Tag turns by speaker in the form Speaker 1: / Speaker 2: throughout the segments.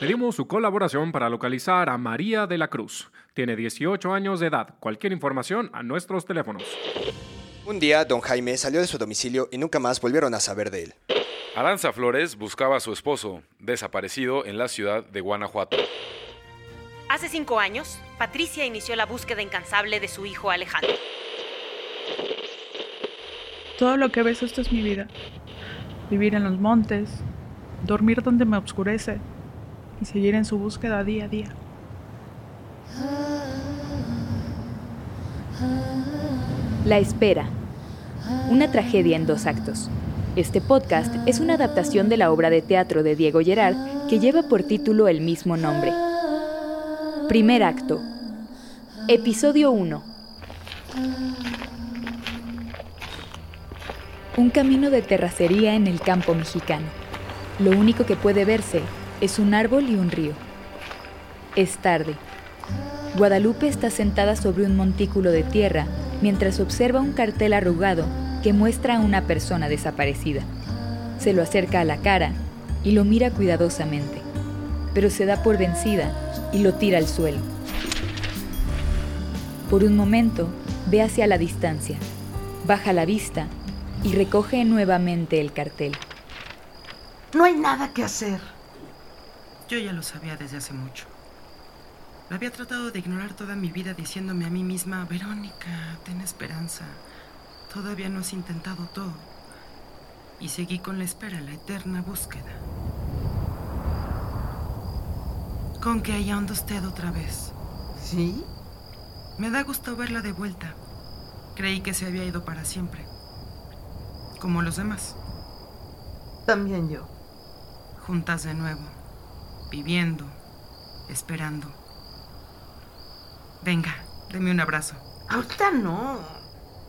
Speaker 1: Pedimos su colaboración para localizar a María de la Cruz. Tiene 18 años de edad. Cualquier información a nuestros teléfonos.
Speaker 2: Un día, don Jaime salió de su domicilio y nunca más volvieron a saber de él.
Speaker 3: Aranza Flores buscaba a su esposo, desaparecido en la ciudad de Guanajuato.
Speaker 4: Hace cinco años, Patricia inició la búsqueda incansable de su hijo Alejandro.
Speaker 5: Todo lo que ves, esto es mi vida. Vivir en los montes, dormir donde me obscurece y seguir en su búsqueda día a día.
Speaker 6: La espera. Una tragedia en dos actos. Este podcast es una adaptación de la obra de teatro de Diego Gerard que lleva por título el mismo nombre. Primer acto. Episodio 1. Un camino de terracería en el campo mexicano. Lo único que puede verse es un árbol y un río. Es tarde. Guadalupe está sentada sobre un montículo de tierra mientras observa un cartel arrugado que muestra a una persona desaparecida. Se lo acerca a la cara y lo mira cuidadosamente, pero se da por vencida y lo tira al suelo. Por un momento ve hacia la distancia, baja la vista y recoge nuevamente el cartel.
Speaker 7: No hay nada que hacer.
Speaker 8: Yo ya lo sabía desde hace mucho. Lo había tratado de ignorar toda mi vida diciéndome a mí misma, Verónica, ten esperanza. Todavía no has intentado todo. Y seguí con la espera, la eterna búsqueda. Con que allá anda usted otra vez.
Speaker 7: ¿Sí?
Speaker 8: Me da gusto verla de vuelta. Creí que se había ido para siempre. Como los demás.
Speaker 7: También yo.
Speaker 8: Juntas de nuevo. Viviendo. Esperando. Venga, deme un abrazo.
Speaker 7: Ahorita no.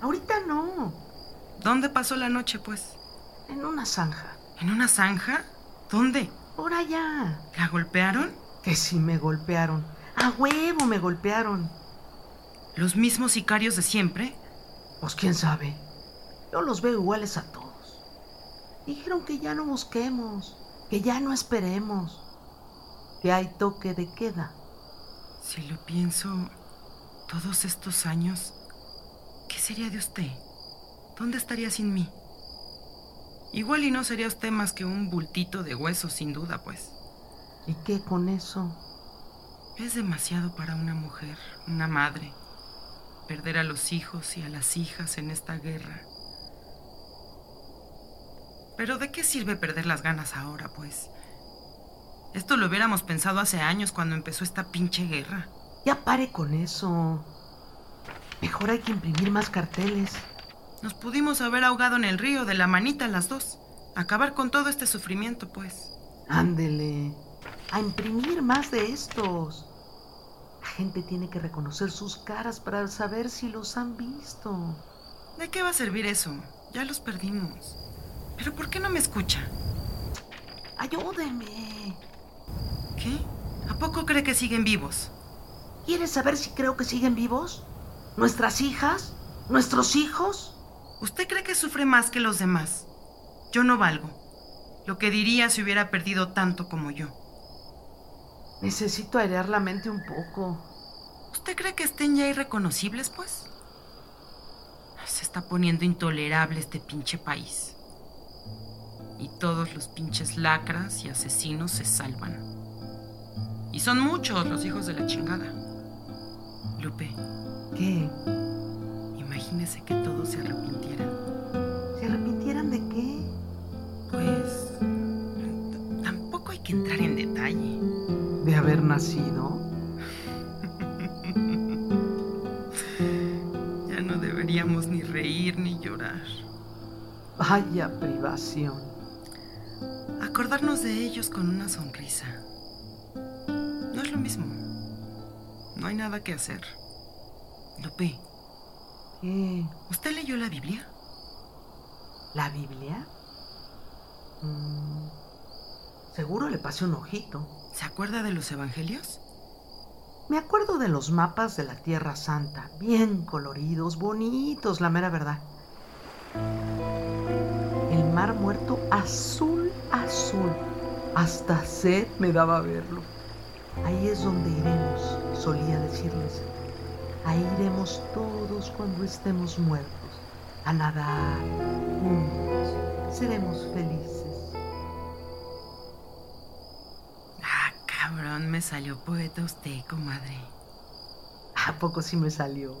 Speaker 7: Ahorita no.
Speaker 8: ¿Dónde pasó la noche, pues?
Speaker 7: En una zanja.
Speaker 8: ¿En una zanja? ¿Dónde?
Speaker 7: Por allá.
Speaker 8: ¿La golpearon?
Speaker 7: Que sí me golpearon. A huevo me golpearon.
Speaker 8: ¿Los mismos sicarios de siempre?
Speaker 7: Pues quién sabe. Yo los veo iguales a todos. Dijeron que ya no busquemos, que ya no esperemos, que hay toque de queda.
Speaker 8: Si lo pienso, todos estos años, ¿qué sería de usted? ¿Dónde estaría sin mí? Igual y no sería usted más que un bultito de hueso, sin duda, pues.
Speaker 7: ¿Y qué con eso?
Speaker 8: Es demasiado para una mujer, una madre, perder a los hijos y a las hijas en esta guerra. Pero ¿de qué sirve perder las ganas ahora, pues? Esto lo hubiéramos pensado hace años cuando empezó esta pinche guerra.
Speaker 7: Ya pare con eso. Mejor hay que imprimir más carteles.
Speaker 8: Nos pudimos haber ahogado en el río de la manita las dos. Acabar con todo este sufrimiento, pues.
Speaker 7: Ándele. A imprimir más de estos. La gente tiene que reconocer sus caras para saber si los han visto.
Speaker 8: ¿De qué va a servir eso? Ya los perdimos. ¿Pero por qué no me escucha?
Speaker 7: Ayúdeme.
Speaker 8: ¿Qué? ¿A poco cree que siguen vivos?
Speaker 7: ¿Quieres saber si creo que siguen vivos? ¿Nuestras hijas? ¿Nuestros hijos?
Speaker 8: ¿Usted cree que sufre más que los demás? Yo no valgo. Lo que diría si hubiera perdido tanto como yo.
Speaker 7: Necesito airear la mente un poco.
Speaker 8: ¿Usted cree que estén ya irreconocibles, pues? Se está poniendo intolerable este pinche país y todos los pinches lacras y asesinos se salvan. Y son muchos los hijos de la chingada. Lupe.
Speaker 7: ¿Qué?
Speaker 8: Imagínese que todos se arrepintieran.
Speaker 7: ¿Se arrepintieran de qué?
Speaker 8: Pues... tampoco hay que entrar en detalle.
Speaker 7: ¿De haber nacido?
Speaker 8: ya no deberíamos ni reír ni llorar.
Speaker 7: Vaya privación
Speaker 8: acordarnos de ellos con una sonrisa. No es lo mismo. No hay nada que hacer. Lupe.
Speaker 7: ¿Qué?
Speaker 8: ¿Usted leyó la Biblia?
Speaker 7: ¿La Biblia? Mm, seguro le pasé un ojito.
Speaker 8: ¿Se acuerda de los evangelios?
Speaker 7: Me acuerdo de los mapas de la Tierra Santa, bien coloridos, bonitos, la mera verdad. El mar muerto azul azul, Hasta sed me daba verlo. Ahí es donde iremos, solía decirles. Ahí iremos todos cuando estemos muertos, a nadar juntos. Seremos felices.
Speaker 8: Ah, cabrón, me salió poeta usted, comadre.
Speaker 7: ¿A poco sí me salió?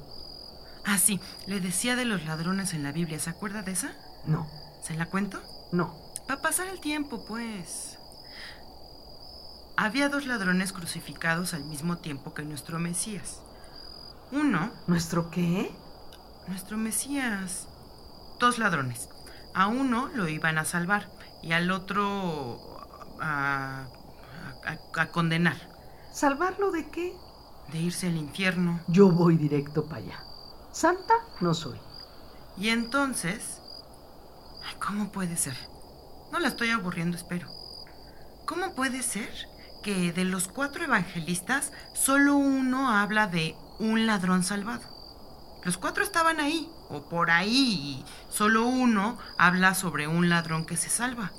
Speaker 8: Ah, sí, le decía de los ladrones en la Biblia, ¿se acuerda de esa?
Speaker 7: No,
Speaker 8: ¿Se la cuento?
Speaker 7: no.
Speaker 8: Para pasar el tiempo, pues. Había dos ladrones crucificados al mismo tiempo que nuestro Mesías. Uno,
Speaker 7: ¿Nuestro qué?
Speaker 8: nuestro Mesías. Dos ladrones. A uno lo iban a salvar y al otro a, a- a- a condenar,
Speaker 7: ¿Salvarlo de qué?
Speaker 8: de irse al infierno.
Speaker 7: Yo voy directo para allá. Santa no soy.
Speaker 8: Y entonces... Ay, ¿Cómo puede ser? No la estoy aburriendo, espero. ¿Cómo puede ser que de los cuatro evangelistas solo uno habla de un ladrón salvado? Los cuatro estaban ahí, o por ahí, y solo uno habla sobre un ladrón que se salva.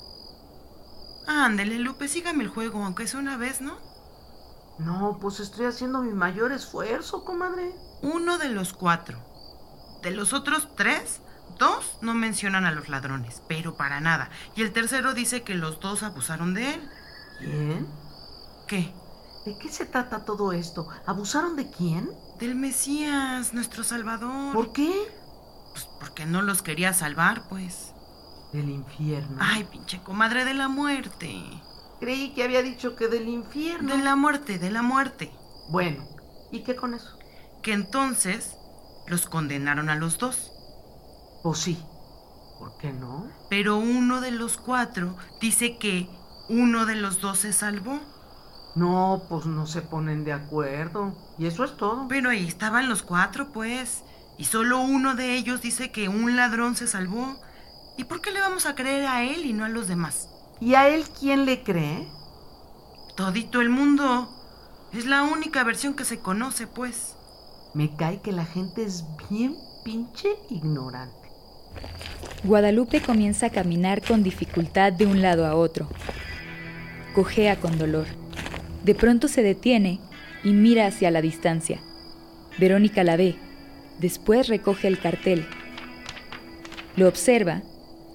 Speaker 8: Ándele, Lupe, sígame el juego, aunque sea una vez, ¿no?
Speaker 7: No, pues estoy haciendo mi mayor esfuerzo, comadre.
Speaker 8: Uno de los cuatro. De los otros tres, dos no mencionan a los ladrones, pero para nada. Y el tercero dice que los dos abusaron de él.
Speaker 7: ¿Quién?
Speaker 8: ¿Qué?
Speaker 7: ¿De qué se trata todo esto? ¿Abusaron de quién?
Speaker 8: Del Mesías, nuestro Salvador.
Speaker 7: ¿Por qué?
Speaker 8: Pues porque no los quería salvar, pues.
Speaker 7: Del infierno.
Speaker 8: Ay, pinche comadre de la muerte.
Speaker 7: creí que había dicho que del infierno.
Speaker 8: De la muerte, de la muerte.
Speaker 7: Bueno, ¿y qué con eso?
Speaker 8: Que entonces los condenaron a los dos.
Speaker 7: Pues sí. ¿Por qué no?
Speaker 8: Pero uno de los cuatro dice que uno de los dos se salvó.
Speaker 7: No, pues no se ponen de acuerdo. Y eso es todo.
Speaker 8: Pero ahí estaban los cuatro, pues. Y solo uno de ellos dice que un ladrón se salvó. ¿Y por qué le vamos a creer a él y no a los demás?
Speaker 7: ¿Y a él quién le cree?
Speaker 8: Todito el mundo. Es la única versión que se conoce, pues.
Speaker 7: Me cae que la gente es bien pinche ignorante.
Speaker 6: Guadalupe comienza a caminar con dificultad de un lado a otro. Cojea con dolor. De pronto se detiene y mira hacia la distancia. Verónica la ve. Después recoge el cartel. Lo observa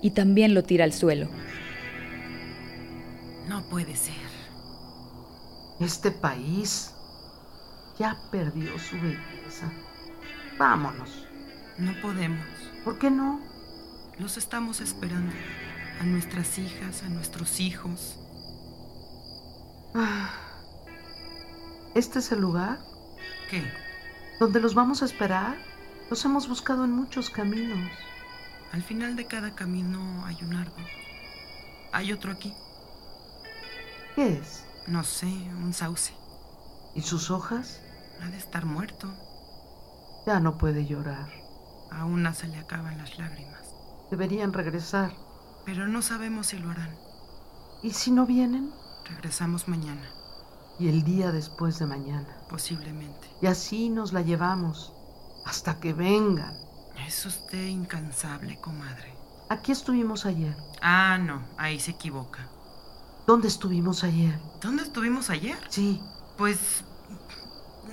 Speaker 6: y también lo tira al suelo.
Speaker 8: No puede ser.
Speaker 7: Este país ya perdió su belleza. Vámonos.
Speaker 8: No podemos.
Speaker 7: ¿Por qué no?
Speaker 8: Los estamos esperando. A nuestras hijas, a nuestros hijos.
Speaker 7: Ah. Este es el lugar
Speaker 8: ¿Qué?
Speaker 7: donde los vamos a esperar. Los hemos buscado en muchos caminos.
Speaker 8: Al final de cada camino hay un árbol. Hay otro aquí.
Speaker 7: ¿Qué es?
Speaker 8: No sé, un sauce.
Speaker 7: ¿Y sus hojas?
Speaker 8: Ha de estar muerto.
Speaker 7: Ya no puede llorar.
Speaker 8: A una se le acaban las lágrimas.
Speaker 7: Deberían regresar.
Speaker 8: Pero no sabemos si lo harán.
Speaker 7: ¿Y si no vienen?
Speaker 8: Regresamos mañana,
Speaker 7: Y el día después de mañana.
Speaker 8: posiblemente.
Speaker 7: Y así nos la llevamos. Hasta que vengan.
Speaker 8: Es usted incansable, comadre.
Speaker 7: Aquí estuvimos ayer.
Speaker 8: Ah, no, ahí se equivoca.
Speaker 7: ¿Dónde estuvimos ayer?
Speaker 8: ¿Dónde estuvimos ayer?
Speaker 7: Sí,
Speaker 8: Pues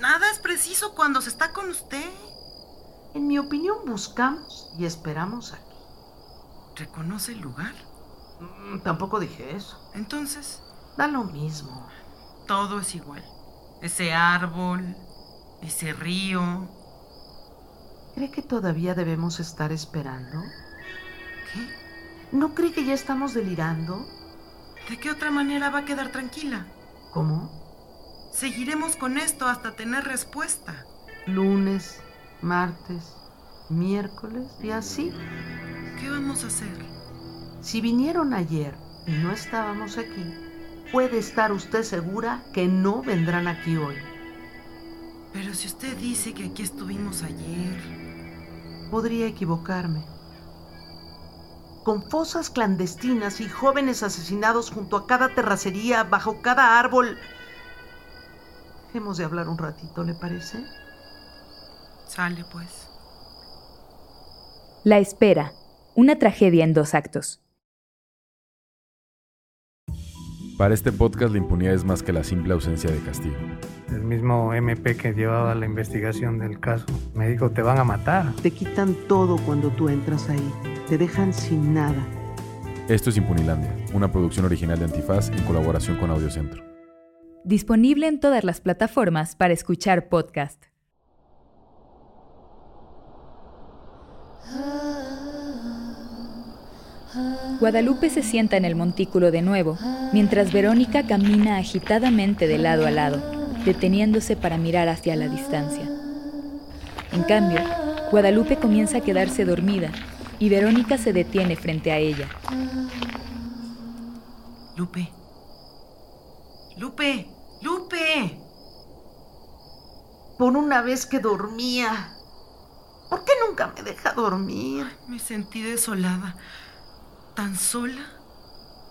Speaker 8: nada es preciso cuando se está con usted.
Speaker 7: en mi opinión buscamos y esperamos aquí.
Speaker 8: ¿Reconoce el lugar?
Speaker 7: Mm, tampoco dije eso.
Speaker 8: Entonces,
Speaker 7: Da lo mismo.
Speaker 8: todo es igual. Ese árbol, ese río.
Speaker 7: ¿Cree que todavía debemos estar esperando?
Speaker 8: ¿Qué?
Speaker 7: ¿No cree que ya estamos delirando?
Speaker 8: ¿De qué otra manera va a quedar tranquila?
Speaker 7: ¿Cómo?
Speaker 8: Seguiremos con esto hasta tener respuesta.
Speaker 7: Lunes, martes, miércoles y así.
Speaker 8: ¿Qué vamos a hacer?
Speaker 7: Si vinieron ayer y no estábamos aquí, puede estar usted segura que no vendrán aquí hoy.
Speaker 8: Pero si usted dice que aquí estuvimos ayer,
Speaker 7: Podría equivocarme. Con fosas clandestinas y jóvenes asesinados junto a cada terracería, bajo cada árbol. Dejemos de hablar un ratito, ¿le parece?
Speaker 8: sale pues.
Speaker 6: La espera. Una tragedia en dos actos.
Speaker 3: Para este podcast la impunidad es más que la simple ausencia de castigo.
Speaker 9: El mismo MP que llevaba la investigación del caso me dijo, te van a matar.
Speaker 7: Te quitan todo cuando tú entras ahí. Te dejan sin nada.
Speaker 3: Esto es Impunilandia, una producción original de Antifaz en colaboración con Audiocentro.
Speaker 6: Disponible en todas las plataformas para escuchar podcast. Guadalupe se sienta en el montículo de nuevo, mientras Verónica camina agitadamente de lado a lado, deteniéndose para mirar hacia la distancia. En cambio, Guadalupe comienza a quedarse dormida y Verónica se detiene frente a ella.
Speaker 8: Lupe. Lupe. Lupe.
Speaker 7: Por una vez que dormía. ¿Por qué nunca me deja dormir?
Speaker 8: Me sentí desolada. ¿Tan sola?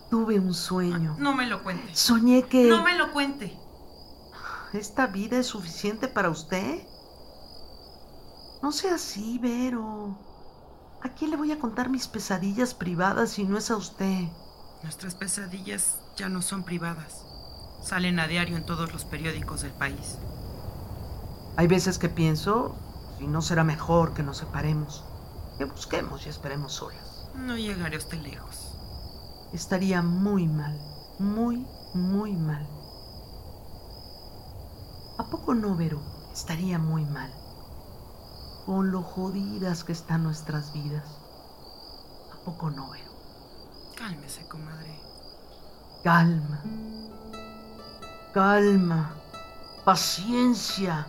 Speaker 7: Tuve un sueño.
Speaker 8: No me lo cuente.
Speaker 7: Soñé que...
Speaker 8: No me lo cuente.
Speaker 7: ¿Esta vida es suficiente para usted? No sea así, Vero. ¿A quién le voy a contar mis pesadillas privadas si no es a usted?
Speaker 8: Nuestras pesadillas ya no son privadas. Salen a diario en todos los periódicos del país.
Speaker 7: Hay veces que pienso, si no será mejor que nos separemos, que busquemos y esperemos solas.
Speaker 8: No llegaré a usted lejos.
Speaker 7: Estaría muy mal, muy, muy mal. ¿A poco no, Vero? Estaría muy mal. Con lo jodidas que están nuestras vidas. ¿A poco no, Vero?
Speaker 8: Cálmese, comadre.
Speaker 7: Calma. Calma. Paciencia.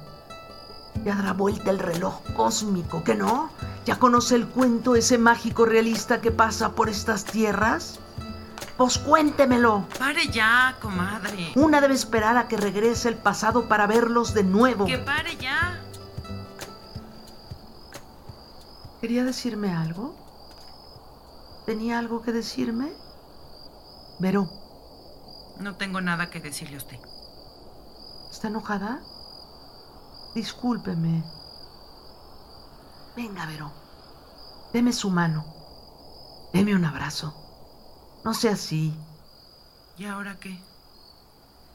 Speaker 7: Ya dará vuelta el reloj cósmico, ¿que no? ¿Ya conoce el cuento ese mágico realista que pasa por estas tierras? Pues cuéntemelo.
Speaker 8: Pare ya, comadre.
Speaker 7: Una debe esperar a que regrese el pasado para verlos de nuevo.
Speaker 8: Que pare ya.
Speaker 7: ¿Quería decirme algo? ¿Tenía algo que decirme? Vero,
Speaker 8: No tengo nada que decirle a usted.
Speaker 7: ¿está enojada? Discúlpeme. Venga, Vero. Deme su mano. Deme un abrazo. No sea así.
Speaker 8: ¿Y ahora qué?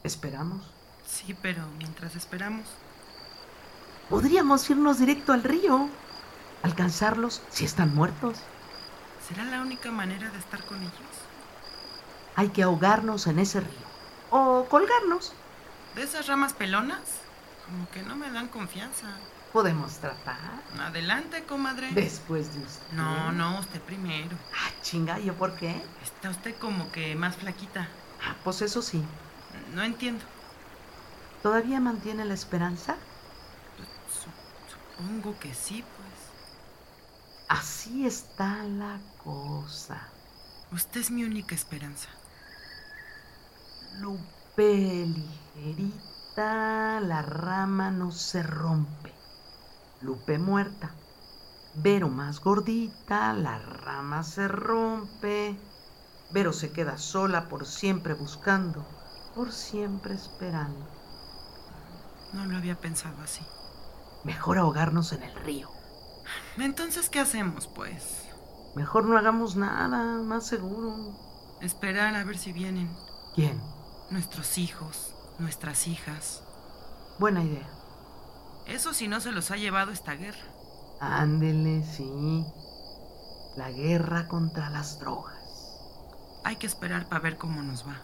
Speaker 7: Esperamos.
Speaker 8: Sí, pero mientras esperamos.
Speaker 7: Podríamos irnos directo al río. Alcanzarlos si están muertos.
Speaker 8: ¿Será la única manera de estar con ellos?
Speaker 7: Hay que ahogarnos en ese río. O colgarnos.
Speaker 8: ¿De esas ramas pelonas? Como que no me dan confianza.
Speaker 7: Podemos tratar.
Speaker 8: Adelante, comadre.
Speaker 7: Después de usted.
Speaker 8: No, no, usted primero.
Speaker 7: Ah, chinga, ¿yo por qué?
Speaker 8: Está usted como que más flaquita.
Speaker 7: Ah, pues eso sí.
Speaker 8: No entiendo.
Speaker 7: ¿Todavía mantiene la esperanza?
Speaker 8: Su- supongo que sí, pues.
Speaker 7: Así está la cosa.
Speaker 8: Usted es mi única esperanza.
Speaker 7: Lupe ligerita, la rama no se rompe. Lupe muerta. Vero más gordita, la rama se rompe. Vero se queda sola por siempre buscando, por siempre esperando.
Speaker 8: No lo había pensado así.
Speaker 7: Mejor ahogarnos en el río.
Speaker 8: Entonces, ¿qué hacemos, pues?
Speaker 7: Mejor no hagamos nada, más seguro.
Speaker 8: Esperar a ver si vienen
Speaker 7: ¿Quién?
Speaker 8: nuestros hijos, nuestras hijas.
Speaker 7: Buena idea.
Speaker 8: Eso si no se los ha llevado esta guerra.
Speaker 7: Ándele, sí. La guerra contra las drogas.
Speaker 8: Hay que esperar para ver cómo nos va.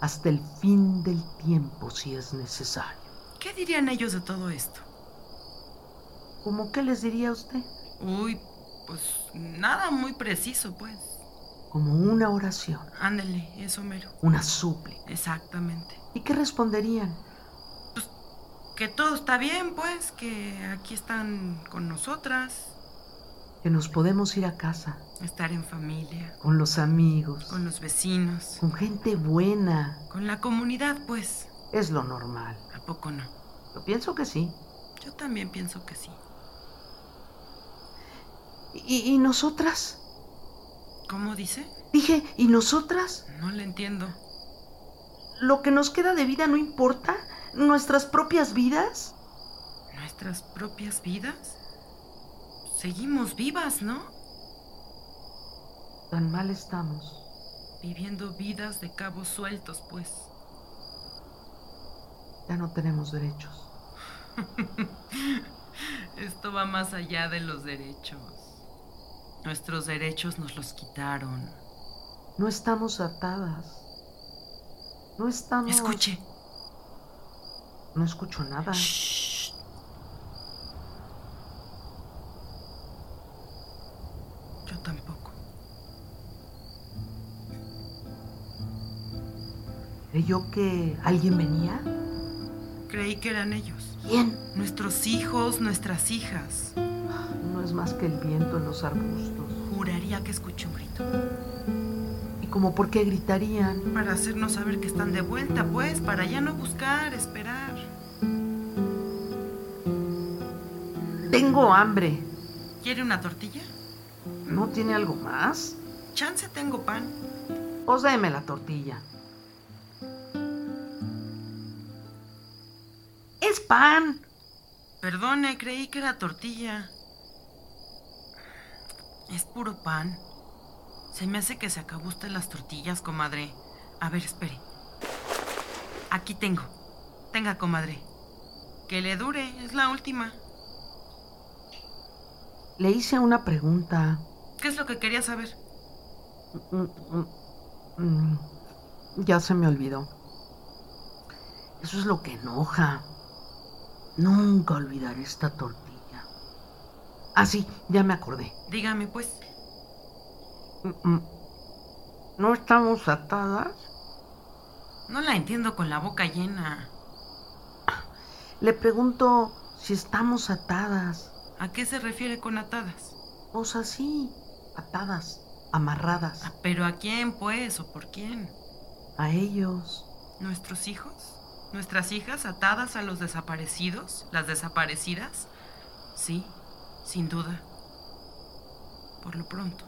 Speaker 7: hasta el fin del tiempo si es necesario.
Speaker 8: ¿Qué dirían ellos de todo esto?
Speaker 7: ¿Cómo qué les diría a usted?
Speaker 8: Uy, pues nada muy preciso, pues.
Speaker 7: Como una oración,
Speaker 8: Ándele, eso mero.
Speaker 7: una súplica.
Speaker 8: Exactamente.
Speaker 7: ¿Y qué responderían?
Speaker 8: Que todo está bien, pues, que aquí están con nosotras,
Speaker 7: Que nos podemos ir a casa,
Speaker 8: estar en familia,
Speaker 7: con los amigos,
Speaker 8: con los vecinos,
Speaker 7: con gente buena.
Speaker 8: con la comunidad, pues.
Speaker 7: Es lo normal.
Speaker 8: ¿A poco no?
Speaker 7: Yo pienso que sí.
Speaker 8: Yo también pienso que sí.
Speaker 7: ¿Y, y nosotras?
Speaker 8: ¿Cómo dice?
Speaker 7: Dije, ¿y nosotras?
Speaker 8: No le entiendo.
Speaker 7: ¿Lo que nos queda de vida no importa? ¿Nuestras propias vidas?
Speaker 8: ¿Nuestras propias vidas? Seguimos vivas, ¿no?
Speaker 7: Tan mal estamos.
Speaker 8: viviendo vidas de cabos sueltos, pues.
Speaker 7: Ya no tenemos derechos.
Speaker 8: Esto va más allá de los derechos. Nuestros derechos nos los quitaron.
Speaker 7: No estamos atadas. No estamos...
Speaker 8: Escuche.
Speaker 7: No escucho nada.
Speaker 8: Shh. Yo tampoco.
Speaker 7: ¿Creyó que alguien venía?
Speaker 8: Creí que eran ellos.
Speaker 7: ¿Quién?
Speaker 8: Nuestros hijos, nuestras hijas.
Speaker 7: No es más que el viento en los arbustos.
Speaker 8: Juraría que escuché un grito.
Speaker 7: ¿Y como por qué gritarían?
Speaker 8: Para hacernos saber que están de vuelta, pues, para ya no buscar, esperar.
Speaker 7: Tengo hambre.
Speaker 8: ¿Quiere una tortilla?
Speaker 7: ¿No tiene algo más?
Speaker 8: Chance tengo pan.
Speaker 7: Pues deme la tortilla. ¡Es pan!
Speaker 8: Perdone, creí que era tortilla. Es puro pan. Se me hace que se acabó usted las tortillas, comadre. A ver, espere. Aquí tengo. Tenga, comadre. Que le dure, es la última.
Speaker 7: Le hice una pregunta.
Speaker 8: ¿Qué es lo que quería saber?
Speaker 7: Mm, mm, mm. Ya se me olvidó. Eso es lo que enoja. Nunca olvidaré esta tortilla. Ah, sí, ya me acordé.
Speaker 8: Dígame, pues.
Speaker 7: Mm, mm. ¿No estamos atadas?
Speaker 8: No la entiendo con la boca llena.
Speaker 7: Le pregunto si estamos atadas.
Speaker 8: ¿A qué se refiere con atadas?
Speaker 7: O sea, sí, atadas, amarradas.
Speaker 8: Ah, ¿Pero a quién, pues? ¿O por quién?
Speaker 7: A ellos.
Speaker 8: ¿Nuestros hijos? ¿Nuestras hijas atadas a los desaparecidos? ¿Las desaparecidas? Sí, sin duda. Por lo pronto.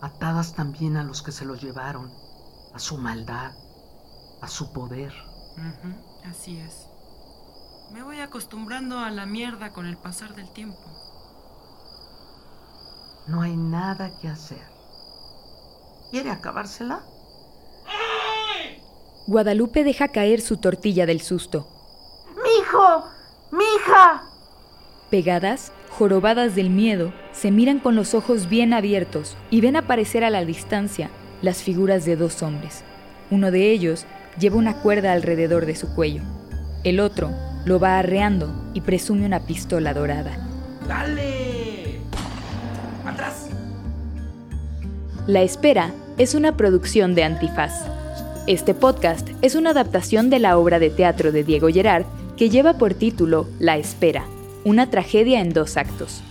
Speaker 7: Atadas también a los que se los llevaron. A su maldad. A su poder.
Speaker 8: Ujú, así es. Me voy acostumbrando a la mierda con el pasar del tiempo.
Speaker 7: No hay nada que hacer. ¿Quiere acabársela?
Speaker 6: Guadalupe deja caer su tortilla del susto.
Speaker 7: ¡Mijo! ¡Mija!
Speaker 6: Pegadas, jorobadas del miedo, se miran con los ojos bien abiertos y ven aparecer a la distancia las figuras de dos hombres. Uno de ellos lleva una cuerda alrededor de su cuello. El otro lo va arreando y presume una pistola dorada.
Speaker 10: ¡Dale! ¡Atrás!
Speaker 6: La Espera es una producción de Antifaz. Este podcast es una adaptación de la obra de teatro de Diego Gerard que lleva por título La Espera, una tragedia en dos actos.